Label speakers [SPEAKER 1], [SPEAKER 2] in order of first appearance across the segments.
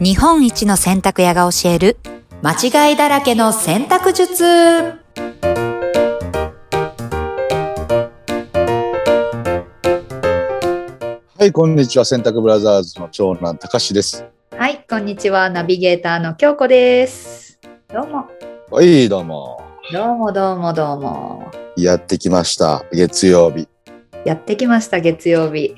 [SPEAKER 1] 日本一の洗濯屋が教える間違いだらけの洗濯術
[SPEAKER 2] はい、こんにちは。洗濯ブラザーズの長男、たかしです。
[SPEAKER 1] はいこんにちはナビゲーターの京子ですどうも
[SPEAKER 2] はい、どうも。
[SPEAKER 1] どうもどうもどうも
[SPEAKER 2] やってきました。月曜日、
[SPEAKER 1] やってきました月曜日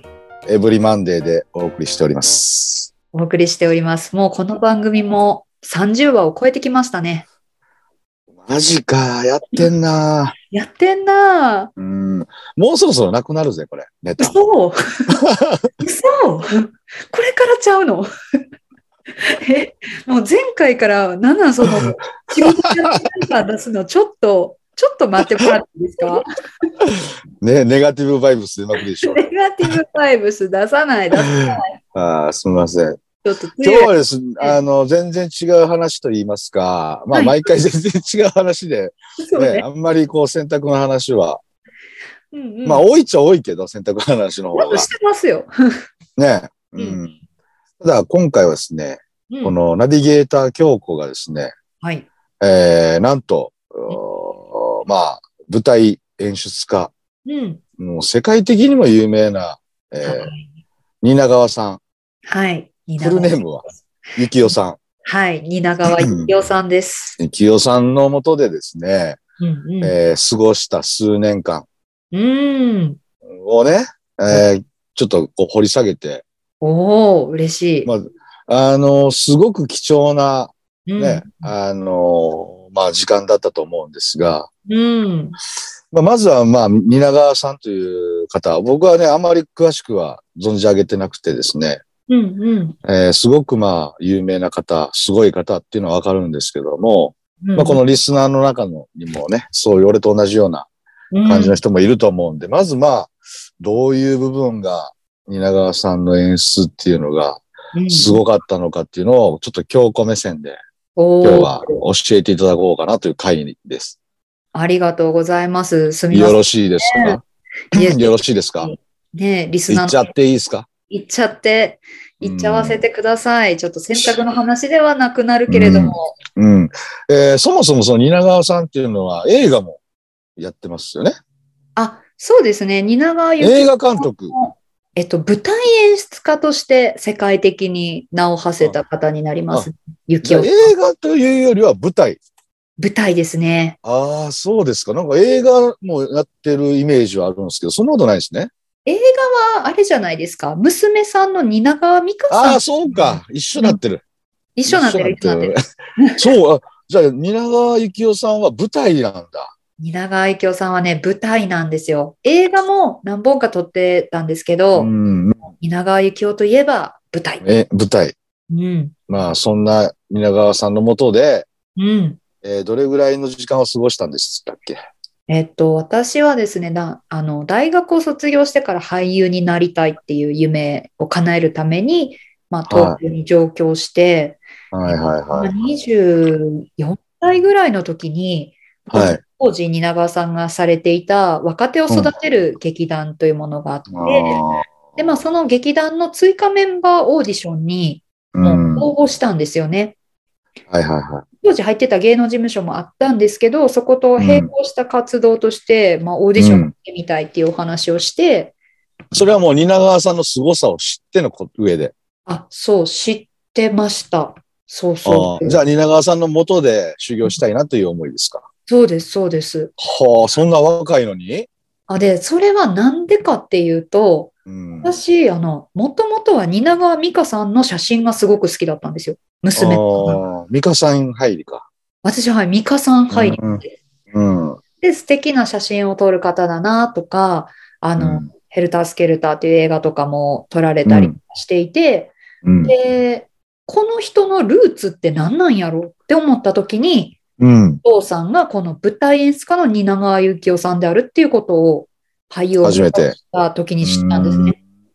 [SPEAKER 2] エブリマンデーでお送りしております。
[SPEAKER 1] お送りしておりますもうこの番組も30話を超えてきましたね
[SPEAKER 2] マジか、やってんな。
[SPEAKER 1] やってんな
[SPEAKER 2] うん、もうそろそろなくなるぜ、これ。ネタ。
[SPEAKER 1] 嘘嘘これからちゃうのえもう前回からなんなんその仕事やってないから出すのちょっとちょっと待ってもらっていいですか
[SPEAKER 2] ね、ネガティブバイブス出まくりで しょ。
[SPEAKER 1] ネガティブバイブス出さない出さない
[SPEAKER 2] あーすみません。
[SPEAKER 1] ちょっと
[SPEAKER 2] 今
[SPEAKER 1] 強
[SPEAKER 2] 日
[SPEAKER 1] い
[SPEAKER 2] はですね、あの、全然違う話と言いますか、まあ、
[SPEAKER 1] はい
[SPEAKER 2] 毎回全然違う話で、
[SPEAKER 1] そう
[SPEAKER 2] ね、
[SPEAKER 1] ね
[SPEAKER 2] あんまりこう、洗濯の話は、
[SPEAKER 1] うんうん
[SPEAKER 2] まあ、多いっちゃ多いけど、洗濯の話の方
[SPEAKER 1] なんか
[SPEAKER 2] が。
[SPEAKER 1] してますよ。
[SPEAKER 2] ね。
[SPEAKER 1] うん
[SPEAKER 2] うん。ただ、今回はですね、
[SPEAKER 1] うん
[SPEAKER 2] このナビゲーター京子がですね、
[SPEAKER 1] はい。
[SPEAKER 2] えー、なんと、うーまあ、舞台演出家、
[SPEAKER 1] うん。
[SPEAKER 2] もう世界的にも有名な、えー、蜷川さ
[SPEAKER 1] はい。
[SPEAKER 2] ん、
[SPEAKER 1] 蜷
[SPEAKER 2] フルネームは、ゆきおさ
[SPEAKER 1] はい。蜷川幸雄さんです。
[SPEAKER 2] ん。ゆきおさんのもとでですね、
[SPEAKER 1] うんうん。
[SPEAKER 2] えー過ごした数年間
[SPEAKER 1] うん。
[SPEAKER 2] をね、えーちょっとこう掘り下げて、
[SPEAKER 1] おお嬉しい。
[SPEAKER 2] まあ、あのすごく貴重な
[SPEAKER 1] うん
[SPEAKER 2] ね、あのまあ、時間だったと思うんですが、
[SPEAKER 1] うん。
[SPEAKER 2] まあ、まずは、まあ、蜷川さんという方、僕はね、あまり詳しくは存じ上げてなくてですね、
[SPEAKER 1] うんうん。
[SPEAKER 2] えーすごくまあ、有名な方、すごい方っていうのはわかるんですけども、
[SPEAKER 1] うん
[SPEAKER 2] まあ、このリスナーの中のにもね、そういう俺と同じような感じの人もいると思うんで、まずまあ、どういう部分が、蜷川さんの演出っていうのが
[SPEAKER 1] うん
[SPEAKER 2] すごかったのかっていうのを、ちょっと強固目線で
[SPEAKER 1] お
[SPEAKER 2] 今日
[SPEAKER 1] ー
[SPEAKER 2] は教えていただこうかなという会です。
[SPEAKER 1] ありがとうございます。すみま
[SPEAKER 2] よ
[SPEAKER 1] せ
[SPEAKER 2] ろしいですか
[SPEAKER 1] ん。いえ
[SPEAKER 2] よろしいですか
[SPEAKER 1] ねリス
[SPEAKER 2] 行
[SPEAKER 1] ナ
[SPEAKER 2] っ
[SPEAKER 1] ー
[SPEAKER 2] ちゃ
[SPEAKER 1] の
[SPEAKER 2] っていいですか
[SPEAKER 1] 言っちゃって、言っちゃわせてください。ちょっと選択の話ではなくなるけれども。
[SPEAKER 2] うん。えーそもそもその蜷川さんっていうのは映画もやってますよね。
[SPEAKER 1] あ、そうですね。蜷川幸雄
[SPEAKER 2] 映画監督。
[SPEAKER 1] えっと、舞台演出家として世界的に名を馳せた方になります。ゆき
[SPEAKER 2] じゃ
[SPEAKER 1] お
[SPEAKER 2] あ
[SPEAKER 1] さん。
[SPEAKER 2] 映画というよりは舞台。
[SPEAKER 1] 舞台ですね。
[SPEAKER 2] ああ、そうですか。なんか映画もやってるイメージはあるんですけど、そんなことないですね。
[SPEAKER 1] 映画はあれじゃないですか。娘さんの蜷川美香
[SPEAKER 2] あ
[SPEAKER 1] さ
[SPEAKER 2] あ、
[SPEAKER 1] ん。
[SPEAKER 2] そうか。一緒になってる。
[SPEAKER 1] 一緒なんだよ、一緒なんだよ。
[SPEAKER 2] る。そう。あじゃあ、蜷川幸雄さんは舞台なんだ。
[SPEAKER 1] 蜷川幸雄さんはね、舞台なんですよ。映画も何本か撮ってたんですけど、
[SPEAKER 2] うん。
[SPEAKER 1] 蜷川幸雄といえば舞台。
[SPEAKER 2] え、舞台。
[SPEAKER 1] うん。
[SPEAKER 2] まあ、そんな蜷川さんのもとで、
[SPEAKER 1] うん。
[SPEAKER 2] えーどれぐらいの時間を過ごしたんでしたっけ
[SPEAKER 1] えっと、私はですね、なあの、大学を卒業してから俳優になりたいっていう夢を叶えるために、まあ、東京に上京して、
[SPEAKER 2] はいはいはい。
[SPEAKER 1] まあ24歳ぐらいの時に、
[SPEAKER 2] はい
[SPEAKER 1] 当時、蜷川さんがされていた若手を育てる劇団というものがあって、
[SPEAKER 2] あ
[SPEAKER 1] で、まあ、その劇団の追加メンバーオーディションに、
[SPEAKER 2] ーう
[SPEAKER 1] も
[SPEAKER 2] ん。は
[SPEAKER 1] う応募したんですよね。
[SPEAKER 2] いはいは
[SPEAKER 1] 当時入ってた芸能事務所もあったんですけど、そこと並行した活動として、まあ、オーディションを受けてみたいっていうお話をして、
[SPEAKER 2] い。それはもう蜷川さんの凄さを知ってのこ上で。
[SPEAKER 1] あ、そう、知ってました。そう
[SPEAKER 2] あ
[SPEAKER 1] そ
[SPEAKER 2] ー
[SPEAKER 1] う。
[SPEAKER 2] じゃあ蜷川さんの元で修行したいなという思いですか。
[SPEAKER 1] そうです、そうです。
[SPEAKER 2] はあ、そんな若いのに、
[SPEAKER 1] あ、で、それはなんでかっていうと、
[SPEAKER 2] うん、
[SPEAKER 1] 私、あの、もともとは蜷川美香さんの写真がすごく好きだったんですよ。娘の。
[SPEAKER 2] あー美香さん入りか。
[SPEAKER 1] 私は、はい、美香さん入り
[SPEAKER 2] うんうん。
[SPEAKER 1] で、素敵な写真を撮る方だなとか、あの、
[SPEAKER 2] うん
[SPEAKER 1] ヘルタースケルターっていう映画とかも撮られたりしていて、
[SPEAKER 2] うん。
[SPEAKER 1] で、この人のルーツって何なんやろうって思った時に、
[SPEAKER 2] うん。
[SPEAKER 1] お父さんがこの舞台演出家の蜷川幸雄さんであるっていうことを俳優を
[SPEAKER 2] 初めて
[SPEAKER 1] した時に知ったんですね。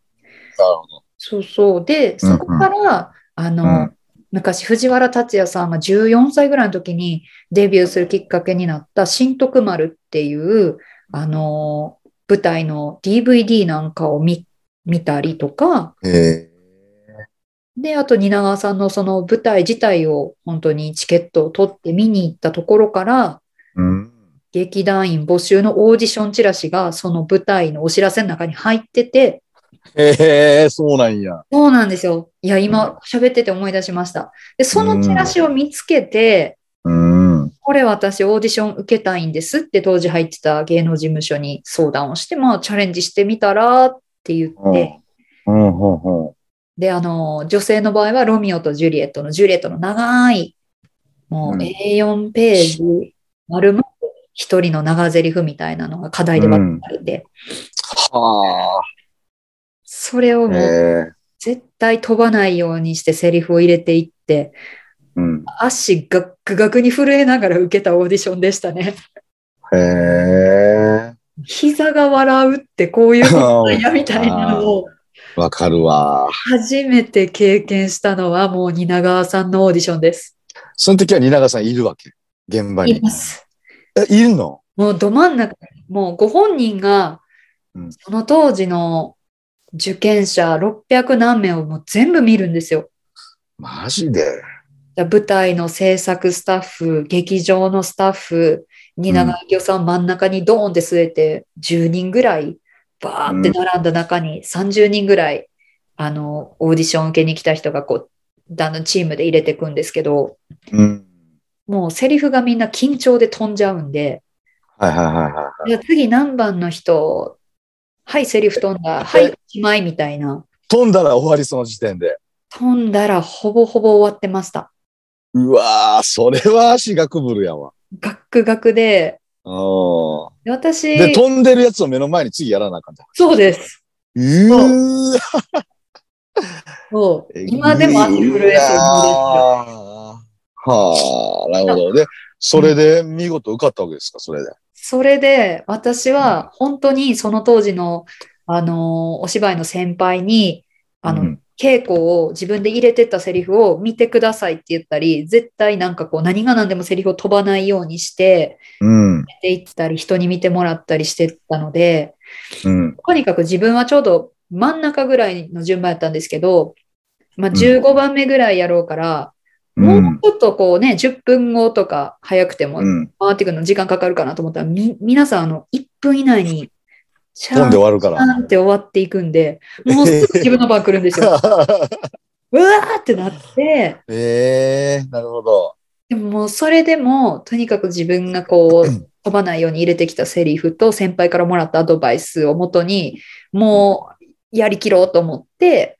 [SPEAKER 2] なるほど。
[SPEAKER 1] そうそう。で、
[SPEAKER 2] うんう
[SPEAKER 1] そ
[SPEAKER 2] ん
[SPEAKER 1] こから、あの、
[SPEAKER 2] うん
[SPEAKER 1] 昔藤原竜也さんが14歳ぐらいの時にデビューするきっかけになった「新徳丸」っていう、あの舞台の DVD なんかを見見たりとか
[SPEAKER 2] へえ
[SPEAKER 1] で、あと、蜷川さんのその舞台自体を本当にチケットを取って見に行ったところから、
[SPEAKER 2] うん。
[SPEAKER 1] 劇団員募集のオーディションチラシがその舞台のお知らせの中に入ってて、
[SPEAKER 2] へえ、そうなんや。
[SPEAKER 1] そうなんですよ。いや、今喋ってて思い出しました。で、そのチラシを見つけて、
[SPEAKER 2] うん。
[SPEAKER 1] これ私オーディション受けたいんですって当時入ってた芸能事務所に相談をして、まあチャレンジしてみたらって言
[SPEAKER 2] う
[SPEAKER 1] っ
[SPEAKER 2] ん。
[SPEAKER 1] て、
[SPEAKER 2] うん、うん、うん。
[SPEAKER 1] で、あの、女性の場合はロミオとジュリエットの、ジュリエットの長い、もううん A4 ページ、丸々一人の長ゼリフみたいなのが課題で分かれて、
[SPEAKER 2] は
[SPEAKER 1] それを
[SPEAKER 2] あ。
[SPEAKER 1] も
[SPEAKER 2] へ
[SPEAKER 1] う
[SPEAKER 2] え。
[SPEAKER 1] 絶対飛ばないようにしてセリフを入れていって、
[SPEAKER 2] うん。
[SPEAKER 1] 足ガックガクに震えながら受けたオーディションでしたね。
[SPEAKER 2] へえ。
[SPEAKER 1] 膝が笑うってこういうことなんやみたいなのを
[SPEAKER 2] わかるわ。
[SPEAKER 1] 初めて経験したのはもう蜷川さんのオーディションです。
[SPEAKER 2] その時は蜷川さんいるわけ。現場
[SPEAKER 1] い
[SPEAKER 2] に
[SPEAKER 1] ま。す。
[SPEAKER 2] え、いるの
[SPEAKER 1] もうど真ん中、もうご本人が
[SPEAKER 2] うん、
[SPEAKER 1] その当時の受験者600何名をもう全部見るんですよ。
[SPEAKER 2] マジで。
[SPEAKER 1] だ舞台の制作スタッフ、劇場のスタッフ、蜷川明夫さん真ん中にドーンって据えて、10人ぐらい、バーって並んだ中に30人ぐらい、あの、オーディション受けに来た人がこう、だんだんチームで入れていくんですけど、
[SPEAKER 2] うん。
[SPEAKER 1] もうセリフがみんな緊張で飛んじゃうんで、
[SPEAKER 2] はいはいはいは
[SPEAKER 1] じゃあ次何番の人、はい、セリフ飛んだ、はい、しまいみたいな。
[SPEAKER 2] い。飛んだら終わりその時点で。
[SPEAKER 1] 飛んだらほぼほぼ終わってました。
[SPEAKER 2] うわー、それは足がくぶるやわ。
[SPEAKER 1] ガックガクで、
[SPEAKER 2] うん。
[SPEAKER 1] で私、
[SPEAKER 2] で、飛んでるやつを目の前に次やらなあかんと。
[SPEAKER 1] そうです。
[SPEAKER 2] うーわ
[SPEAKER 1] そう今でも足震えそうですよ。
[SPEAKER 2] はあ、なるほど。で、それで見事受かったわけですか、それで。
[SPEAKER 1] それで、私は本当にその当時の、あの、お芝居の先輩に、あの、
[SPEAKER 2] うん
[SPEAKER 1] 稽古を自分で入れてったセリフを見てくださいって言ったり、絶対なんかこう何が何でもセリフを飛ばないようにして、
[SPEAKER 2] うん。
[SPEAKER 1] っていったり、人に見てもらったりしてたので、
[SPEAKER 2] うん。
[SPEAKER 1] とにかく自分はちょうど真ん中ぐらいの順番やったんですけど、まあ、15番目ぐらいやろうから、もうちょっとこうね、10分後とか早くても
[SPEAKER 2] うん。
[SPEAKER 1] 回ってくるの時間かかるかなと思ったら、み、皆さんあの、1分以内に、シャ
[SPEAKER 2] 飛
[SPEAKER 1] ー
[SPEAKER 2] ん
[SPEAKER 1] ン、
[SPEAKER 2] で
[SPEAKER 1] シ
[SPEAKER 2] 終わるか
[SPEAKER 1] ャ
[SPEAKER 2] ら。
[SPEAKER 1] ーンって終わっていくんで、もうすぐ自分の番来るんです よ。うわーってなって、
[SPEAKER 2] ええー、なるほど。
[SPEAKER 1] でももうそれでも、とにかく自分がこう、 飛ばないように入れてきたセリフと先輩からもらったアドバイスをもとに、もうやりきろうと思って、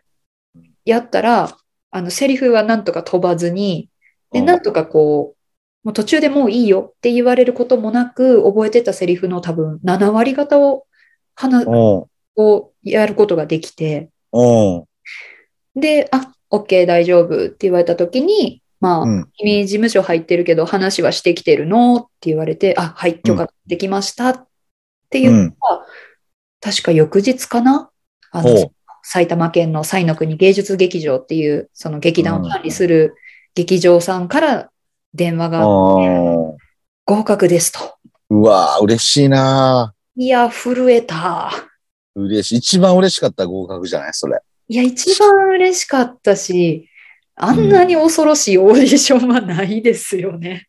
[SPEAKER 1] やったら、あの、セリフはなんとか飛ばずに、で、
[SPEAKER 2] うん
[SPEAKER 1] なんとかこう、もう途中でもういいよって言われることもなく、覚えてたセリフの多分7割方を、はな、
[SPEAKER 2] うん。
[SPEAKER 1] をやることができて、
[SPEAKER 2] うん。
[SPEAKER 1] で、あ、OK、大丈夫って言われた時に、まあ、
[SPEAKER 2] うん。
[SPEAKER 1] 君事務所入ってるけど話はしてきてるのって言われて、あ、はい、許可できましたっていう、
[SPEAKER 2] うん。
[SPEAKER 1] 確か翌日かなあ
[SPEAKER 2] お
[SPEAKER 1] の
[SPEAKER 2] う、
[SPEAKER 1] 埼玉県の西の国芸術劇場っていう、その劇団を管理する劇場さんから電話が
[SPEAKER 2] うん
[SPEAKER 1] 合格ですと。
[SPEAKER 2] うわー、嬉しいない
[SPEAKER 1] や、震えた。
[SPEAKER 2] ー嬉しい。一番嬉しかった合格じゃないそれ。
[SPEAKER 1] いや、一番嬉しかったし、あんなに恐ろしいオーディションはないですよね。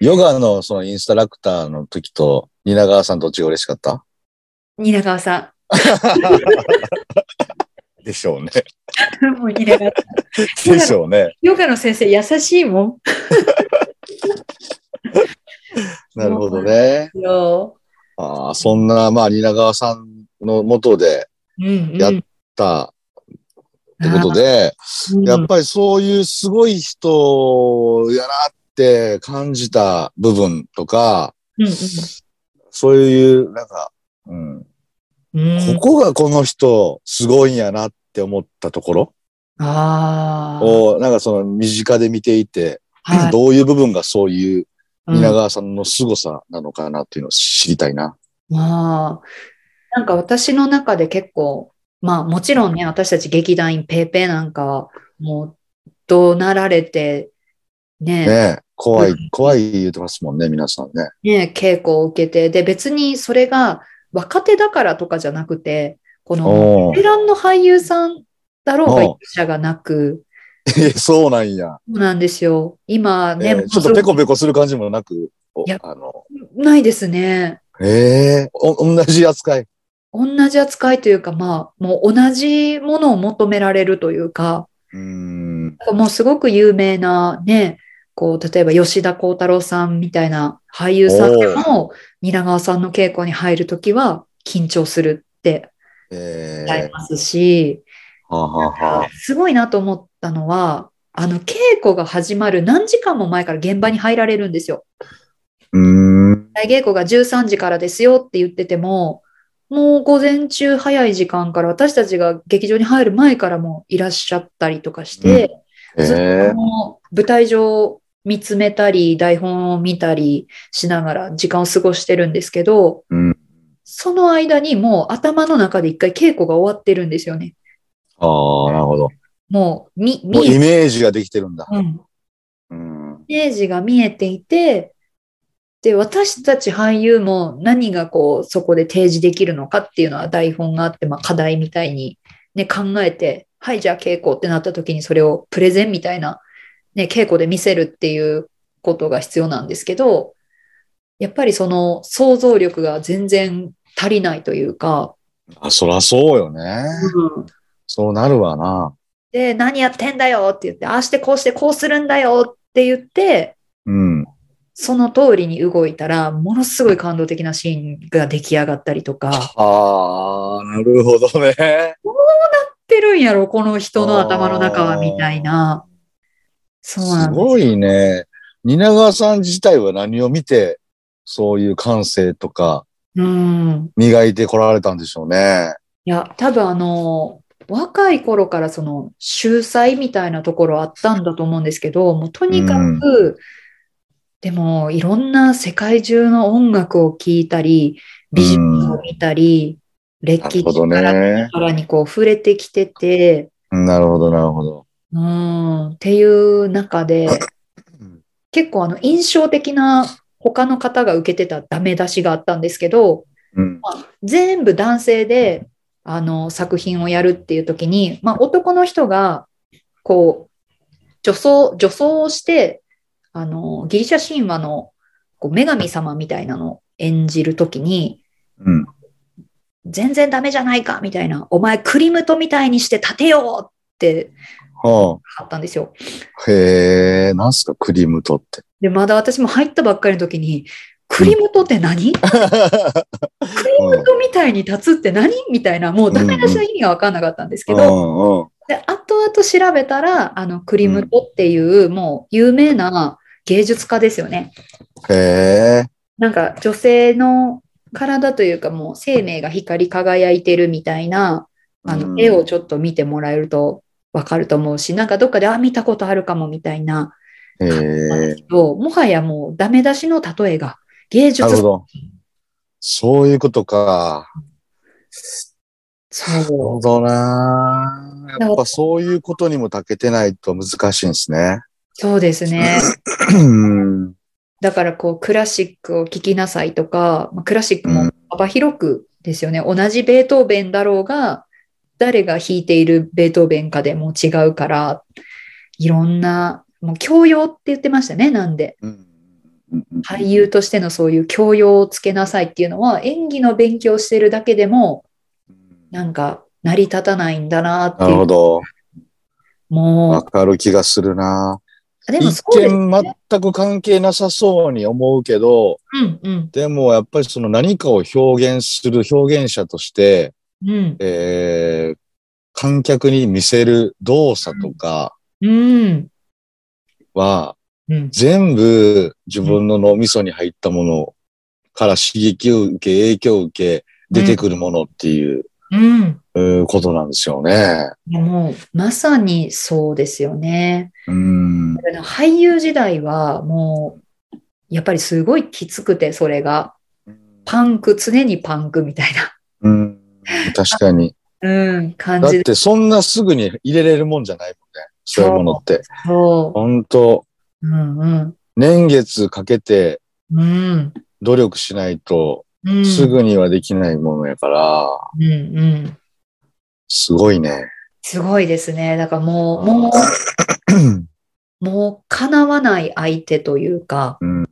[SPEAKER 2] ヨガのそのインストラクターの時と、蜷川さんどっちが嬉しかった
[SPEAKER 1] 蜷川さん。
[SPEAKER 2] でしょうね。
[SPEAKER 1] もう蜷川さん。
[SPEAKER 2] でしょうね。
[SPEAKER 1] ヨガの先生優しいもん。
[SPEAKER 2] なるほどね。
[SPEAKER 1] よ。
[SPEAKER 2] ああ、そんな、まあ、蜷川さんの元で
[SPEAKER 1] うん、うん。
[SPEAKER 2] やったってことで、やっ
[SPEAKER 1] ぱ、
[SPEAKER 2] ぱりそういうすごい人やなって感じた部分とか、
[SPEAKER 1] うん
[SPEAKER 2] そういう、なんか、うん、
[SPEAKER 1] うんうん
[SPEAKER 2] ここがこの人すごいんやなって思ったところ
[SPEAKER 1] あー
[SPEAKER 2] を、なんかその身近で見ていて、
[SPEAKER 1] はい
[SPEAKER 2] どういう部分がそういう
[SPEAKER 1] うん
[SPEAKER 2] 蜷川さんの凄さなのかなっていうのを知りたいな。
[SPEAKER 1] まあ、なんか私の中で結構、まあもちろんね、私たち劇団員ペーペーなんかは、もう怒鳴られて、ね、
[SPEAKER 2] ねえ、怖
[SPEAKER 1] う
[SPEAKER 2] い、怖い言ってますもんね、皆さんね。
[SPEAKER 1] ね、稽古を受けて、で別にそれが若手だからとかじゃなくて、この
[SPEAKER 2] お
[SPEAKER 1] ベテランの俳優さんだろうが
[SPEAKER 2] うん
[SPEAKER 1] 勇者がなく、
[SPEAKER 2] えそうなんや。
[SPEAKER 1] そうなんですよ。今 ね、
[SPEAKER 2] え
[SPEAKER 1] も
[SPEAKER 2] ー
[SPEAKER 1] う
[SPEAKER 2] ちょっとペコペコする感じもなく、お
[SPEAKER 1] いや
[SPEAKER 2] あの、
[SPEAKER 1] ないですね。
[SPEAKER 2] ええお、同じ扱い。
[SPEAKER 1] 同じ扱いというか、まあ、もう同じものを求められるというか、
[SPEAKER 2] うーん。
[SPEAKER 1] もうすごく有名なね、こう、例えば吉田鋼太郎さんみたいな俳優さんでも、蜷川さんの稽古に入るときは緊張するって
[SPEAKER 2] え
[SPEAKER 1] 言
[SPEAKER 2] え
[SPEAKER 1] いますし、
[SPEAKER 2] はあ、はあはあ、
[SPEAKER 1] すごいなと思ったのは、あの、稽古が始まる何時間も前から現場に入られるんですよ。
[SPEAKER 2] うーん。
[SPEAKER 1] 大稽古が13時からですよって言ってても、もう午前中早い時間から私たちが劇場に入る前からもいらっしゃったりとかして、
[SPEAKER 2] え
[SPEAKER 1] ずっと
[SPEAKER 2] え
[SPEAKER 1] あの舞台上を見つめたり、台本を見たりしながら時間を過ごしてるんですけど、
[SPEAKER 2] うん。
[SPEAKER 1] その間にもう頭の中で一回稽古が終わってるんですよね。
[SPEAKER 2] ああ、なるほど。
[SPEAKER 1] もう、み、
[SPEAKER 2] もう
[SPEAKER 1] 見
[SPEAKER 2] イ
[SPEAKER 1] え、
[SPEAKER 2] メージができてるんだ。
[SPEAKER 1] うん、イ
[SPEAKER 2] うん。
[SPEAKER 1] メージが見えていて、で、私たち俳優も何がこう、そこで提示できるのかっていうのは台本があって、まあ課題みたいにね、考えて、はい、じゃあ稽古ってなった時にそれをプレゼンみたいな、ね、稽古で見せるっていうことが必要なんですけど、やっぱりその想像力が全然足りないというか、
[SPEAKER 2] あ、そらそうよね。そうなるわな。
[SPEAKER 1] で、何やってんだよって言って、ああしてこうしてこうするんだよって言って、
[SPEAKER 2] うん。
[SPEAKER 1] その通りに動いたら、ものすごい感動的なシーンが出来上がったりとか、やっ
[SPEAKER 2] ああ、なるほどね。
[SPEAKER 1] てるんやろ、この人の頭の中は、みたいな。そうな
[SPEAKER 2] す
[SPEAKER 1] んです。
[SPEAKER 2] ごいね。蜷川さん自体は何を見て、そういう感性とか
[SPEAKER 1] うん。
[SPEAKER 2] 磨いてこられたんでしょうね。
[SPEAKER 1] いや、多分あの、若い頃からその、秀才みたいなところあったんだと思うんですけど、もうとにかく、でも、いろんな世界中の音楽を聴いたり、美術を見たり、
[SPEAKER 2] な
[SPEAKER 1] 歴史
[SPEAKER 2] るほど
[SPEAKER 1] から
[SPEAKER 2] ね。
[SPEAKER 1] からにこう触れてきてて、
[SPEAKER 2] うんなるほど、なるほど。
[SPEAKER 1] うん、っていう中で
[SPEAKER 2] うん、
[SPEAKER 1] 結構あの、印象的な他の方が受けてたダメ出しがあったんですけど、
[SPEAKER 2] うん。
[SPEAKER 1] 全部男性であの作品をやるっていう時に、まあ、男の人がこう女装女装をしてあのギリシャ神話のこう女神様みたいなのを演じる時に
[SPEAKER 2] うん。
[SPEAKER 1] 全然ダメじゃないかみたいなお前クリムトみたいにして立てようって
[SPEAKER 2] は
[SPEAKER 1] あったんですよ。
[SPEAKER 2] あ。へえ、なんすか、クリム トって。
[SPEAKER 1] でまだ私も入ったばっかりの時にクリムトって何クリムトみたいに立つって何みたいなもうダメ出しの意味が分かんなかったんですけ
[SPEAKER 2] う
[SPEAKER 1] ど、
[SPEAKER 2] んうん。
[SPEAKER 1] で、後々調べたら、あの、クリムトっていう、もう有名な芸術家ですよね。
[SPEAKER 2] へえ。
[SPEAKER 1] なんか、女性の体というか、もう生命が光り輝いてるみたいな、あ
[SPEAKER 2] う
[SPEAKER 1] の、
[SPEAKER 2] ん
[SPEAKER 1] 絵をちょっと見てもらえるとわかると思うし、なんかどっかで、あ、見たことあるかもみたいな、
[SPEAKER 2] へえ。
[SPEAKER 1] ともはやもうダメ出しの例えが、芸術
[SPEAKER 2] なるほど。そういうことか。
[SPEAKER 1] そ
[SPEAKER 2] なるほ
[SPEAKER 1] う。
[SPEAKER 2] どな。やっぱそういうことにも長けてないと難しいんですね。
[SPEAKER 1] そうですね。
[SPEAKER 2] うん。
[SPEAKER 1] だからこうクラシックを聴きなさいとか、まあクラシックも幅広くですよね。同じベートーベンだろうが、誰が弾いているベートーベンかでも違うから、いろんな、もう教養って言ってましたね、なんで。
[SPEAKER 2] うんうんうん
[SPEAKER 1] 俳優としてのそういう教養をつけなさいっていうのは、演技の勉強してるだけでも、なんか成り立たないんだなって
[SPEAKER 2] ないるほ
[SPEAKER 1] う。
[SPEAKER 2] ど。わ
[SPEAKER 1] も
[SPEAKER 2] かる気がするな。
[SPEAKER 1] う、でも
[SPEAKER 2] 一
[SPEAKER 1] そうです。
[SPEAKER 2] 見全く関係なさそうに思うけど、
[SPEAKER 1] うんうん
[SPEAKER 2] でもやっぱりその何かを表現する表現者として、
[SPEAKER 1] うん
[SPEAKER 2] えー観客に見せる動作とか
[SPEAKER 1] うん
[SPEAKER 2] は、
[SPEAKER 1] うん
[SPEAKER 2] 全部自分の脳みそに入ったものから刺激を受け、影響を受け、出てくるものっていう、
[SPEAKER 1] うん。
[SPEAKER 2] うーことなんですよね。
[SPEAKER 1] いやもうまさにそうですよね。
[SPEAKER 2] うん。
[SPEAKER 1] あの俳優時代はもうやっぱりすごいきつくてそれがパンク常にパンクみたい
[SPEAKER 2] うん、確かに。
[SPEAKER 1] な、うん、感
[SPEAKER 2] だっ
[SPEAKER 1] じで
[SPEAKER 2] てそんなすぐに入れれるもんじゃないもんね。そういうものって。
[SPEAKER 1] そ
[SPEAKER 2] 本当
[SPEAKER 1] う、うんうん
[SPEAKER 2] 年月かけて
[SPEAKER 1] うん
[SPEAKER 2] 努力しないと
[SPEAKER 1] うん、
[SPEAKER 2] すぐにはできないものやから、
[SPEAKER 1] うんうん、
[SPEAKER 2] すごいね。
[SPEAKER 1] すごいですね。だからもう、
[SPEAKER 2] うん
[SPEAKER 1] もう、もう叶わない相手というか、
[SPEAKER 2] うん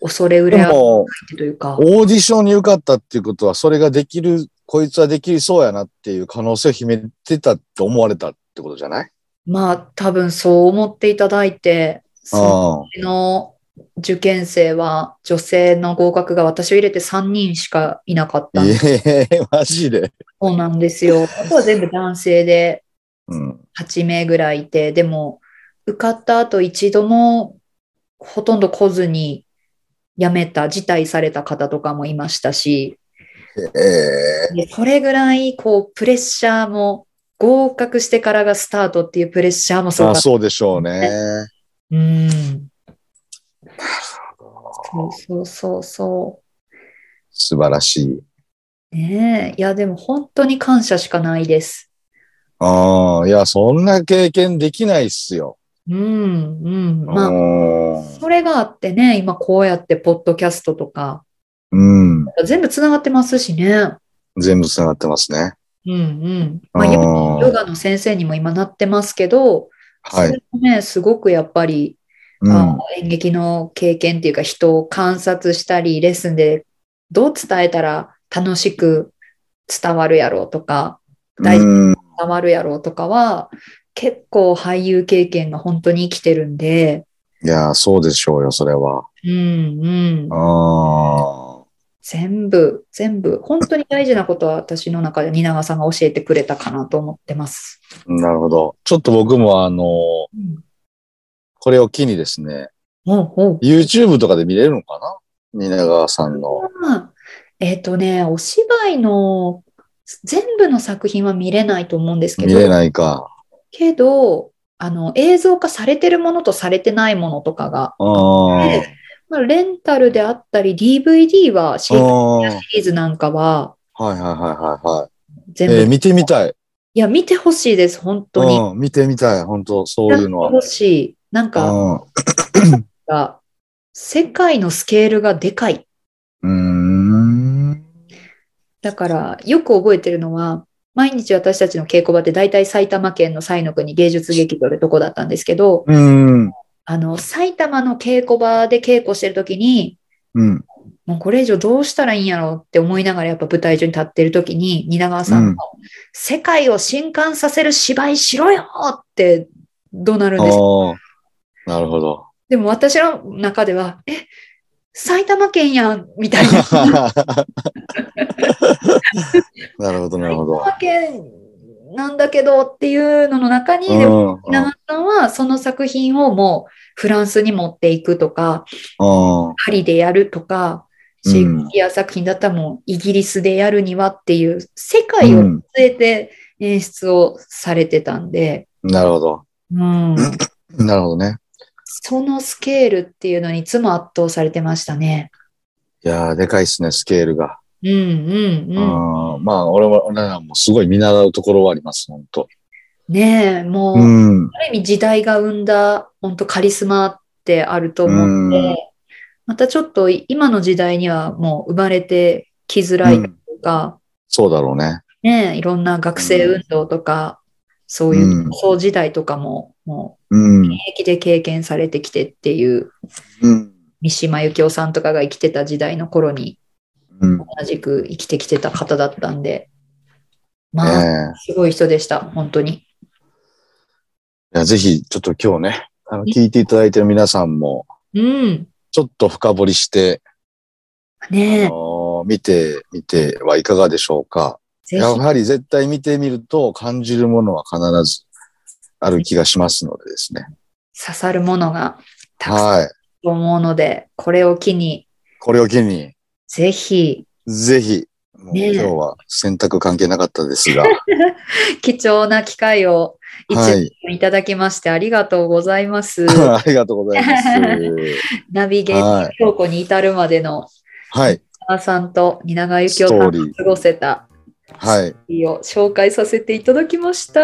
[SPEAKER 1] 恐れう
[SPEAKER 2] で
[SPEAKER 1] れあう相
[SPEAKER 2] も、
[SPEAKER 1] 手というか、
[SPEAKER 2] オーディションに受かったっていうことは、それができる、こいつはできそうやなっていう可能性を秘めてたって思われたってことじゃない
[SPEAKER 1] まあ多分そう思っていただいて、そ
[SPEAKER 2] あ
[SPEAKER 1] の受験生は女性の合格が私を入れて3人しかいなかった
[SPEAKER 2] あ。
[SPEAKER 1] ん
[SPEAKER 2] い
[SPEAKER 1] で
[SPEAKER 2] え、マジで。
[SPEAKER 1] そうなんです よ。あとは全部男性で
[SPEAKER 2] うん。
[SPEAKER 1] 8名ぐらいいて、でも受かった後一度もほとんど来ずに辞めた、辞退された方とかもいましたし、
[SPEAKER 2] ええ
[SPEAKER 1] でそれぐらいこうプレッシャーも合格してからがスタートっていうプレッシャーもすご
[SPEAKER 2] まあ
[SPEAKER 1] かった。
[SPEAKER 2] そうでしょうね。
[SPEAKER 1] うん。そうそうそうそ
[SPEAKER 2] 素晴らしい。
[SPEAKER 1] う。ねえ。いや、でも本当に感謝しかないです。
[SPEAKER 2] ああ、いや、そんな経験できないっすよ。
[SPEAKER 1] うん、うん。まあ、
[SPEAKER 2] うん
[SPEAKER 1] それがあってね、今こうやってポッドキャストとか、
[SPEAKER 2] うん。
[SPEAKER 1] 全部つながってますしね。
[SPEAKER 2] 全部繋がってますね。
[SPEAKER 1] うんうん。まあ、
[SPEAKER 2] うん
[SPEAKER 1] ヨヨガの先生にも今なってますけど、そ
[SPEAKER 2] はい。
[SPEAKER 1] れもね、すごくやっぱり、
[SPEAKER 2] うん。
[SPEAKER 1] あの演劇の経験っていうか人を観察したり、レッスンでどう伝えたら楽しく伝わるやろうとか、大事に
[SPEAKER 2] うん
[SPEAKER 1] 伝わるやろうとかは、結構俳優経験が本当に生きてるんで、
[SPEAKER 2] いや、そうでしょうよ、それは。
[SPEAKER 1] うんうん。
[SPEAKER 2] ああ。
[SPEAKER 1] 全部、全部、本当に大事なことは私の中で蜷川さんが教えてくれたかなと思ってます。
[SPEAKER 2] なるほど。ちょっと僕もあの、
[SPEAKER 1] うん、
[SPEAKER 2] これを機にですね、
[SPEAKER 1] おうおう
[SPEAKER 2] YouTube とかで見れるのかな蜷川さんの。
[SPEAKER 1] まあえっ、とね、お芝居の全部の作品は見れないと思うんですけ
[SPEAKER 2] 見れ
[SPEAKER 1] ど、
[SPEAKER 2] ないか。
[SPEAKER 1] けど、あの、映像化されてるものとされてないものとかが、
[SPEAKER 2] ああ。
[SPEAKER 1] まあ、レンタルであったり、DVD はシー
[SPEAKER 2] ああ。はい
[SPEAKER 1] ズンシリーズなんかは
[SPEAKER 2] はいはいはいはい。
[SPEAKER 1] 全部、
[SPEAKER 2] えー見てみたい。
[SPEAKER 1] いや、見てほしいです、本当に。
[SPEAKER 2] うん、見てみたい。本当そういうのは。
[SPEAKER 1] 欲しい。なんか、が世界のスケールがでかい。
[SPEAKER 2] うん。うーん。
[SPEAKER 1] だから、よく覚えてるのは、毎日私たちの稽古場って大体埼玉県の西の国芸術劇場でとこだったんですけど、
[SPEAKER 2] うん。
[SPEAKER 1] あの、埼玉の稽古場で稽古してる時に、
[SPEAKER 2] うん。
[SPEAKER 1] もうこれ以上どうしたらいいんやろうって思いながらやっぱ舞台上に立ってる時に、蜷川さんの、
[SPEAKER 2] うん
[SPEAKER 1] 世界を震撼させる芝居しろよって怒鳴るんですよ
[SPEAKER 2] ああ。なるほど。
[SPEAKER 1] でも私の中では、え、埼玉県やんみたいな。
[SPEAKER 2] なるほど、なるほど
[SPEAKER 1] 埼。玉県なんだけどっていうのの中に、
[SPEAKER 2] うん
[SPEAKER 1] でも、
[SPEAKER 2] うん
[SPEAKER 1] 長さんはその作品をもうフランスに持っていくとか、
[SPEAKER 2] うん
[SPEAKER 1] パリでやるとか、
[SPEAKER 2] うん
[SPEAKER 1] シェイクスピア作品だったらもうイギリスでやるにはっていう世界を据
[SPEAKER 2] うん
[SPEAKER 1] えて演出をされてたんで、
[SPEAKER 2] なるほど。
[SPEAKER 1] うん、
[SPEAKER 2] なるほどね。
[SPEAKER 1] そのスケールっていうのにいつも圧倒されてましたね。
[SPEAKER 2] いやー、でかいっすね、スケールが。
[SPEAKER 1] うんうん
[SPEAKER 2] う
[SPEAKER 1] うん。
[SPEAKER 2] ん。まあ、俺は、俺らもすごい見習うところはあります、本当
[SPEAKER 1] ねえ、もう、
[SPEAKER 2] うん。
[SPEAKER 1] ある意味時代が生んだ本当カリスマってあると思って、
[SPEAKER 2] うん
[SPEAKER 1] またちょっと今の時代にはもう生まれてきづらいとか、
[SPEAKER 2] そうだろうね。
[SPEAKER 1] ね、いろんな学生運動とか、そういう
[SPEAKER 2] うん
[SPEAKER 1] 放送時代とかも、も
[SPEAKER 2] うん
[SPEAKER 1] う。平気で経験されてきてっていう、
[SPEAKER 2] うん。
[SPEAKER 1] 三島由紀夫さんとかが生きてた時代の頃に
[SPEAKER 2] うん。
[SPEAKER 1] 同じく生きてきてた方だったんで、
[SPEAKER 2] え
[SPEAKER 1] まあ、
[SPEAKER 2] え
[SPEAKER 1] すごい人でした、本当に。
[SPEAKER 2] いや、ぜひ、ちょっと今日ね、あの、聞いていただいてる皆さんも、
[SPEAKER 1] うん。
[SPEAKER 2] ちょっと深掘りして、あ
[SPEAKER 1] ねえ、
[SPEAKER 2] のー見てみてはいかがでしょうか。
[SPEAKER 1] ぜ
[SPEAKER 2] や
[SPEAKER 1] ひ。
[SPEAKER 2] はり絶対見てみると感じるものは必ずある気がしますのでですね。
[SPEAKER 1] 刺さるものがたくさんあ
[SPEAKER 2] はい。
[SPEAKER 1] ると思うので、これを機に、
[SPEAKER 2] これを機に、
[SPEAKER 1] ぜひ、
[SPEAKER 2] ぜひ、もう
[SPEAKER 1] ねえ
[SPEAKER 2] 今日は選択関係なかったですが、
[SPEAKER 1] 貴重な機会を 一
[SPEAKER 2] は
[SPEAKER 1] 度
[SPEAKER 2] い。
[SPEAKER 1] いただきましてありがとうございます。
[SPEAKER 2] ありがとうござ います。
[SPEAKER 1] ナビゲート
[SPEAKER 2] はい。
[SPEAKER 1] 強庫に至るまでの、
[SPEAKER 2] はい。
[SPEAKER 1] あさんと蜷川幸雄さんが過ごせた
[SPEAKER 2] はい。
[SPEAKER 1] 日を紹介させていただきました。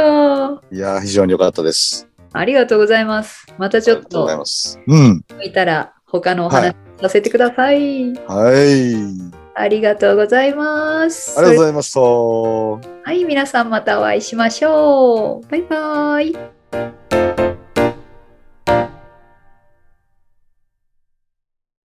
[SPEAKER 2] いやー、非常に良かったです。
[SPEAKER 1] ありがとうございます。またちょっ
[SPEAKER 2] ありがとうござい
[SPEAKER 1] と
[SPEAKER 2] ます。うん。
[SPEAKER 1] 向いたら他のお話させてください。
[SPEAKER 2] はい。
[SPEAKER 1] ありがとうございます。
[SPEAKER 2] ありがとうございました。
[SPEAKER 1] はい、皆さんまたお会いしましょう。バイバイ。